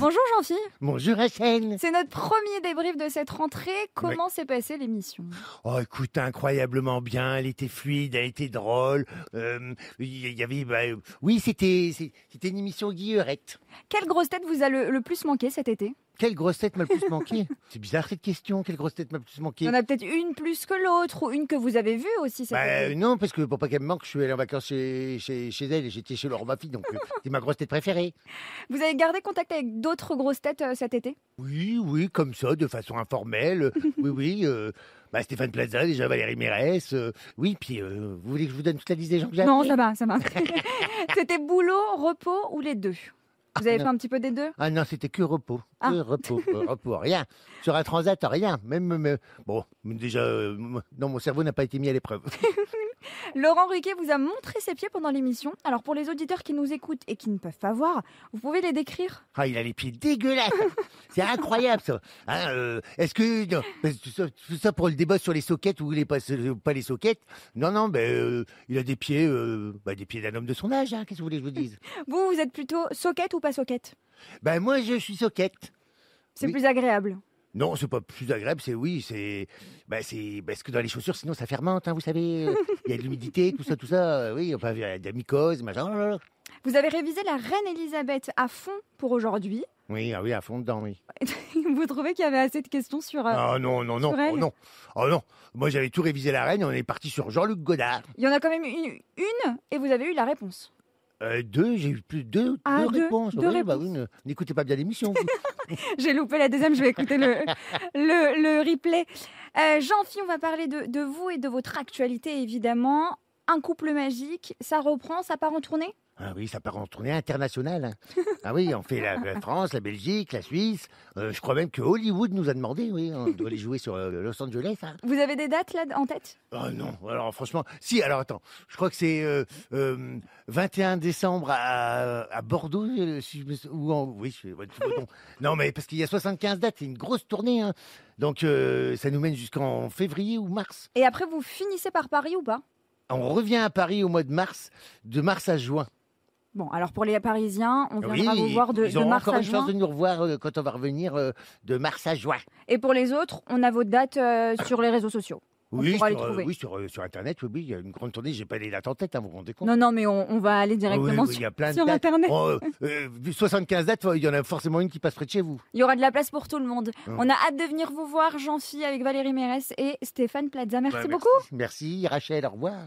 Bonjour jean Bonjour Rachel. c'est notre premier débrief de cette rentrée. Comment s'est passée l'émission Oh, écoute, incroyablement bien. Elle était fluide, elle était drôle. Euh, Il y y avait, bah, euh, oui, c'était, c'est- c'était une émission guillerette. Quelle grosse tête vous a le, le plus manqué cet été Quelle grosse tête m'a le plus manqué C'est bizarre cette question. Quelle grosse tête m'a le plus Il y manqué en a peut-être une plus que l'autre ou une que vous avez vue aussi cet Bah, euh, été. non, parce que pour pas qu'elle me manque, je suis allé en vacances chez, chez, chez elle et j'étais chez Laurent Baffy, donc euh, c'est ma grosse tête préférée. Vous avez gardé contact avec d'autres grosses têtes euh, cet été Oui, oui, comme ça, de façon informelle. oui, oui. euh, bah, Stéphane Plaza, déjà Valérie Mérès. euh, oui, puis euh, vous voulez que je vous donne toute la liste des gens que j'ai Non, appelés ça va, ça va. C'était boulot, repos ou les deux Vous avez Non. fait un petit peu des deux Ah non, c'était que repos. Ah. Que repos, euh, repos, rien. Sur un transat, rien. Même, euh, bon, déjà, euh, m- non, mon cerveau n'a pas été mis à l'épreuve. Laurent Ruquet vous a montré ses pieds pendant l'émission. Alors pour les auditeurs qui nous écoutent et qui ne peuvent pas voir, vous pouvez les décrire Ah, il a les pieds dégueulasses. C'est incroyable, ça. Hein, euh, Est-ce que non, parce que tout, ça, tout ça pour le débat sur les soquettes ou les pas, euh, pas les soquettes Non, non, ben, euh, il a des pieds, euh, bah, des pieds d'un homme de son âge. hein, Qu'est-ce que vous voulez que je vous dise Vous, vous êtes plutôt soquette ou pas soquette Ben moi, je suis soquette. C'est Oui. plus agréable. Non, c'est pas plus agréable, c'est oui, c'est. Bah, c'est. Parce que dans les chaussures, sinon ça fermente, hein, vous savez. euh, Il y a de l'humidité, tout ça, tout ça. euh, Oui, enfin, il y a de la mycose, machin. oh là là. Vous avez révisé la Reine Elisabeth à fond pour aujourd'hui. Oui, ah oui, à fond dedans, oui. Vous trouvez qu'il y avait assez de questions sur... euh, Ah non, non, non, sur oh elle non, oh non. Moi, j'avais tout révisé la reine, on est parti sur Jean-Luc Godard. Il y en a quand même une, une, et vous avez eu la réponse. Euh, deux, j'ai eu plus de deux, Ah, deux, deux- réponses. deux Oui, bah réponses. oui, ne- n'écoutez pas bien l'émission. vous. J'ai loupé la deuxième, je vais écouter le, le, le replay. Euh, Jean-Phi, on va parler de, de vous et de votre actualité, évidemment. Un couple magique, ça reprend, ça part en tournée ah oui, ça part en tournée internationale. hein. Ah oui, on fait la, la France, la Belgique, la Suisse. Euh, je crois même que Hollywood nous a demandé, oui, on doit les jouer sur euh, Los Angeles. hein. Vous avez des dates là en tête Oh non, alors franchement, si, alors attends, je crois que c'est euh, euh, 21 décembre à, à Bordeaux, euh, si je me sou- ou en, oui, je- ouais, tout le temps. non mais parce qu'il y a 75 dates, c'est une grosse tournée, hein. donc euh, ça nous mène jusqu'en février ou mars. Et après, vous finissez par Paris ou pas On revient à Paris au mois de mars, de mars à juin. Bon, alors pour les Parisiens, on viendra vous ils- voir de, ils de auront mars encore à une chance juin. de nous revoir euh, quand on va revenir euh, de mars à juin. Et pour les autres, on a vos dates euh, sur les réseaux sociaux. On pourra les sur, euh, trouver. oui, sur, euh, sur internet, oui, oui, il y a une grande tournée, j'ai pas les dates en tête, hein, vous vous rendez compte Non, non, mais on, on va aller Ah oui, directement oui, il y a plein sur, de sur dates. Internet. Oh, euh, euh, vu 75 dates, il y en a forcément une qui passe près de chez vous. Il y aura de la place pour tout le monde. Mm. On a hâte de venir vous voir, Jean-Phi, avec Valérie Mérès et Stéphane Plaza. Merci Ouais, beaucoup. Merci Rachel, au revoir.